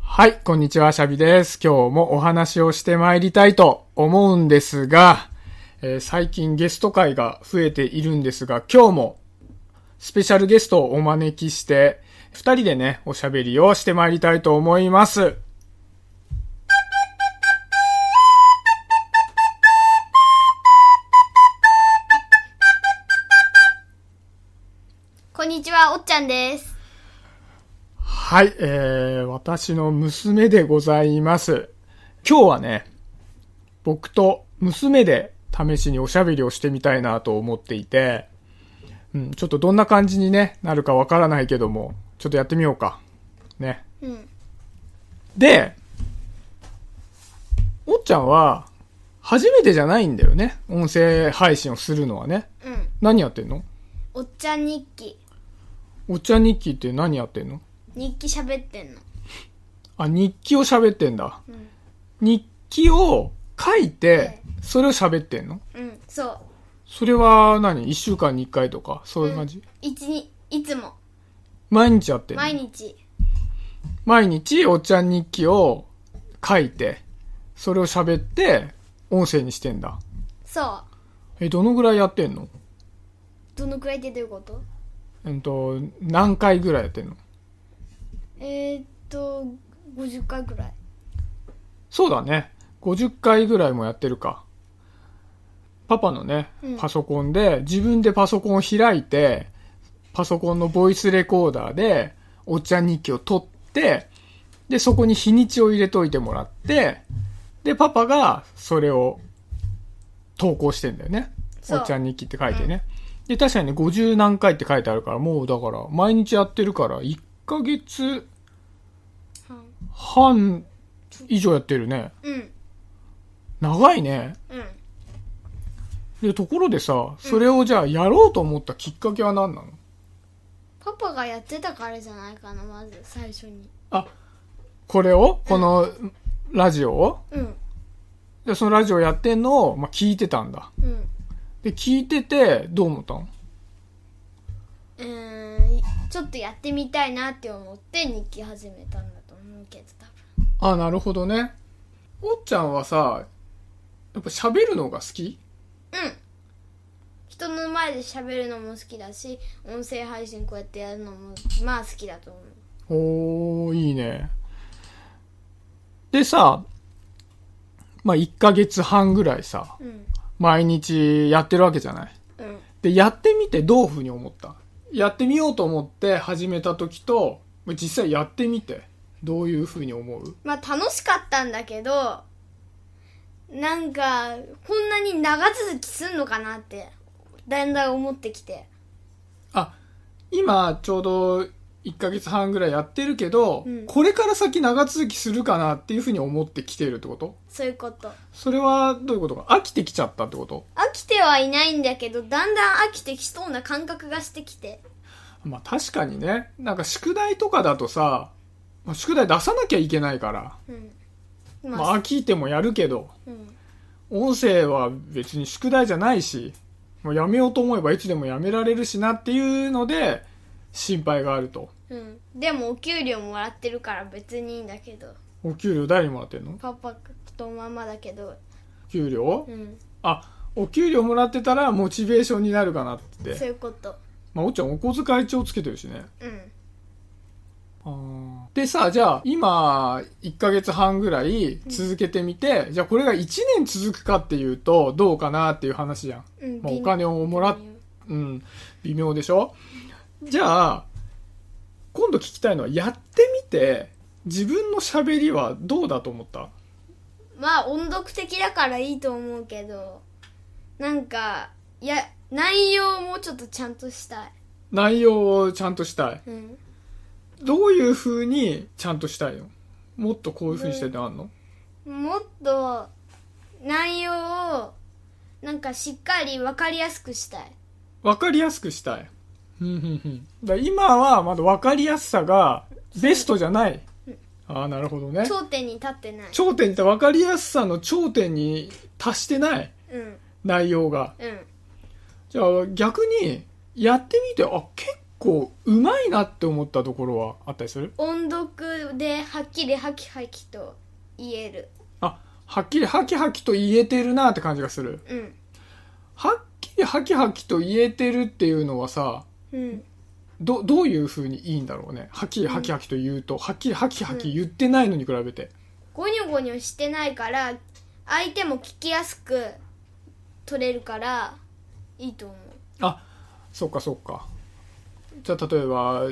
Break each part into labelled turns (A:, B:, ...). A: はい、こんにちは、シャビです。今日もお話をしてまいりたいと思うんですが、えー最近ゲスト会が増えているんですが、今日もスペシャルゲストをお招きして、二人でね、おしゃべりをしてまいりたいと思います。
B: こんにちは、おっちゃんです。
A: はい、えー、私の娘でございます。今日はね、僕と娘で試しにおしゃべりをしてみたいなと思っていて、うん、ちょっとどんな感じにね、なるかわからないけども、ちょっとやってみようか。ね。
B: うん。
A: で、おっちゃんは、初めてじゃないんだよね。音声配信をするのはね。
B: うん。
A: 何やってんの
B: おっちゃん日記。
A: おっちゃん日記って何やってんの
B: 日記喋ってんの。
A: あ、日記を喋ってんだ。
B: ん
A: 日記を書いて、それを喋ってんの
B: うん。そう。
A: それは何一週間に一回とかそういう感じ、
B: いちに、いつも、
A: 毎日やってんの
B: 毎日。
A: 毎日おっちゃん日記を書いて、それを喋って、音声にしてんだ。
B: そ
A: え、どのぐらいやってんの
B: う。どのくらいってどういうこと
A: えっと、何回ぐらいやってんの
B: えー、っと、50回くらい。
A: そうだね。50回ぐらいもやってるか。パパのね
B: うん、
A: パソコンで、自分でパソコンを開いて、パソコンのボイスレコーダーで、おっちゃん日記を取って、で、そこに日にちを入れといてもらって、で、パパがそれを投稿してんだよね。お
B: そう
A: っちゃん日記って書いてね。で、確かにね、50何回って書いてあるから、もうだから、毎日やってるから、1ヶ月
B: うん。
A: 半以上やってるね。
B: うん。
A: 長いね。
B: うん。
A: で、ところでさ、それをじゃあやろうと思ったきっかけは何なの、
B: パパがやってたからじゃないかな、まず、最初に。
A: これをこのラジオを
B: うん。
A: で、そのラジオやってんのを、まあ、聞いてたんだ。
B: うん。
A: で、聞いてて、どう思ったの
B: うーん。ちょっとやってみたいなって思って日記始めたんだと思うけど、多分。
A: あ、なるほどね。おっちゃんはさ、やっぱ喋るのが好き
B: うん人の前で喋るのも好きだし音声配信こうやってやるのもまあ好きだと思う
A: おー、いいね。でさ、まあ、1ヶ月半ぐらいさ、
B: うん
A: 毎日やってるわけじゃない
B: うん
A: で、やってみてどういうふうに思ったやってみようと思って始めた時と、実際やってみて、どういうふうに思う
B: まあ楽しかったんだけどなんかこんなに長続きすんのかなってだんだん思ってきて
A: あ、今ちょうど1ヶ月半ぐらいやってるけど、
B: うん
A: これから先長続きするかなっていうふうに思ってきてるってこと
B: そういうこと
A: それはどういうことか飽きてきちゃったってこと
B: 飽きてはいないんだけどだんだん飽きてきそうな感覚がしてきて
A: まあ確かにね、なんか宿題とかだとさ、まあ宿題出さなきゃいけないから、
B: うん
A: まあ飽きてもやるけど、
B: うん
A: 音声は別に宿題じゃないし、もうやめようと思えばいつでもやめられるしなっていうので、心配があると。
B: うん、でもお給料もらってるから別にいいんだけど
A: お給料誰にもらってんの
B: パパとママだけど
A: 給料
B: うん
A: あ、お給料もらってたらモチベーションになるかなっ
B: そ
A: て。
B: ういうこと
A: まあ、おっちゃんお小遣い帳つけてるしね。
B: うん
A: あーでさ、じゃあ今、1ヶ月半ぐらい続けてみて、じゃあこれが1年続くかっていうと、どうかなっていう話じゃん。
B: うん
A: まあ、
B: 微
A: お
B: 妙
A: 金をもらっうん、微妙でしょじゃあ、今度聞きたいのは、やってみて、自分の喋りはどうだと思った
B: まあ音読的だからいいと思うけどなんかいや内容もちょっとちゃんとしたい
A: 内容をちゃんとしたい。
B: うん
A: どういう風にちゃんとしたいのもっとこういう風にしてってあんの、
B: もっと内容をなんかしっかり分かりやすくしたい
A: わかりやすくしたい。うんうんうんだから今はまだわかりやすさがベストじゃない。ああ、なるほどね。
B: 頂点に立ってない
A: 頂点ってわかりやすさの頂点に達してない
B: うん
A: 内容が。
B: うん
A: じゃあ逆にやってみて、あ、結構うまいなって思ったところはあったりする
B: 音読ではっきりハキハキと言える
A: あはっきりハキハキと言えてるなって感じがする
B: うん
A: はっきりハキハキと言えてるっていうのはさ
B: うん
A: どどういうふうにいいんだろうねはっきりハキハキと言うと、はっきりハキハキ言ってないのに比べて、
B: ゴニョゴニョしてないから相手も聞きやすく取れるからいいと思う
A: あそっかそっかじゃあ例えば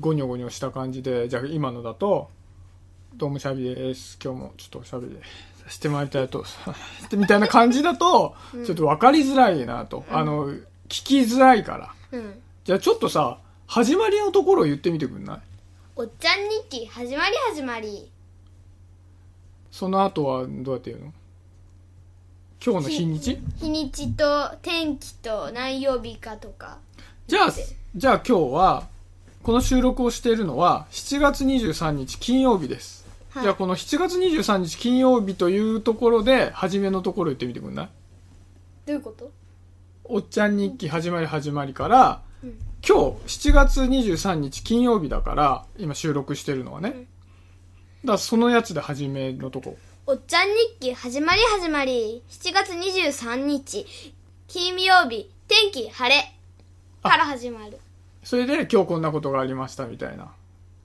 A: ゴニョゴニョした感じでじゃあ今のだと「どうもしゃべりです今日もちょっとおしゃべりさせてもらいたいと」 ってみたいな感じだとちょっと分かりづらいなと、あの聞きづらいから
B: うん
A: じゃあちょっとさ始まりのところを言ってみてくんない
B: おっちゃん日記始まり始まり
A: その後はどうやって言うの今日の日にち
B: 日にちと天気と何曜日かとか
A: じゃあ、じゃあ今日は、この収録をしているのは7月23日金曜日です。
B: はい
A: じゃあこの7月23日金曜日というところで、初めのところ言ってみてくんない
B: どういうこと
A: おっちゃん日記始まり始まりから、
B: うん
A: 今日7月23日金曜日だから、今収録してるのはね。
B: うん
A: だからそのやつで初めのとこ。
B: おっちゃん日記始まり始まり7月23日金曜日天気晴れから始まる
A: それで今日こんなことがありましたみたいな。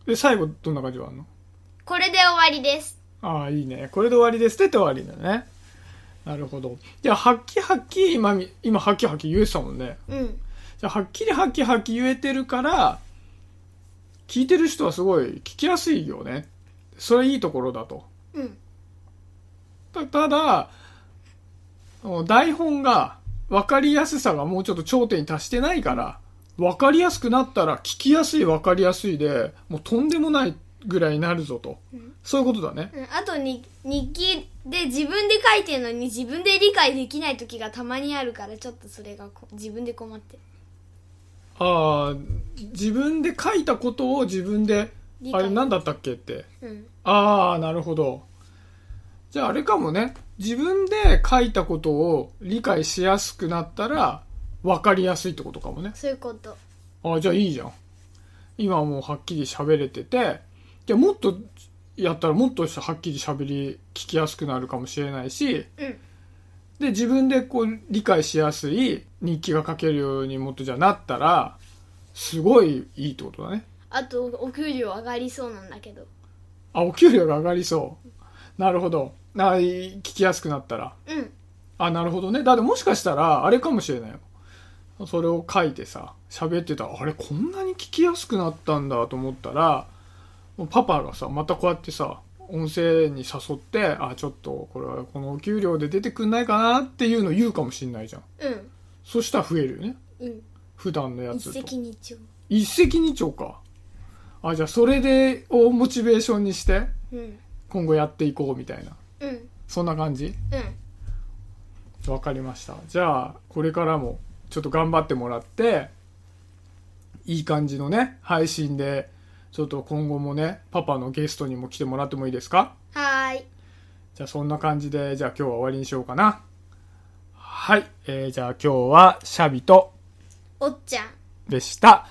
A: で、最後どんな感じはあるの
B: これで終わりです
A: ああ、いいね。これで終わりですってって終わりだね。なるほど。じゃあ、はっきはっき、今み、今、はっきはっき言えてたもんね。
B: うん
A: じゃあ、はっきりはっきはっき言えてるから、聞いてる人はすごい聞きやすいよね。それいいところだと。
B: うん
A: たただ、あの台本が分かりやすさがもうちょっと頂点に達してないから、分かりやすくなったら聞きやすい分かりやすいで、もうとんでもないぐらいになるぞと。そういうことだね。
B: うんあとに日記で自分で書いてるのに自分で理解できない時がたまにあるからちょっとそれがこ自分で困ってる
A: ああ自分で書いたことを自分で
B: 理
A: あ
B: 解
A: れ何だったっけって
B: うん
A: ああなるほどじゃああれかもね自分で書いたことを理解しやすくなったら分かりやすいってことかもね
B: そういうこと
A: ああじゃあいいじゃん今はもうはっきり喋れててじゃあもっとやったらもっとはっきり喋り聞きやすくなるかもしれないし
B: うん
A: で自分でこう理解しやすい日記が書けるようにもっとじゃあなったらすごいいいってことだね
B: あとお給料上がりそうなんだけど
A: あお給料が上がりそうなるほどあい聞きやすくなったら
B: うん
A: あなるほどねだってもしかしたらあれかもしれないよそれを書いてさ喋ってたらあれこんなに聞きやすくなったんだと思ったらもうパパがさまたこうやってさ音声に誘ってあちょっとこれはこのお給料で出てくんないかなっていうのを言うかもしんないじゃん
B: うん
A: そしたら増えるよね
B: うん
A: 普段のや
B: 一
A: つと
B: 石二鳥
A: 一石二鳥かあじゃあそれでをモチベーションにして
B: うん
A: 今後やっていこうみたいな
B: うん
A: そんな感じ
B: うん
A: わかりましたじゃあこれからもちょっと頑張ってもらっていい感じのね配信でちょっと今後もねパパのゲストにも来てもらってもいいですか
B: はーい
A: じゃあそんな感じでじゃあ今日は終わりにしようかなはい、えーじゃあ今日はシャビと
B: おっちゃん
A: でした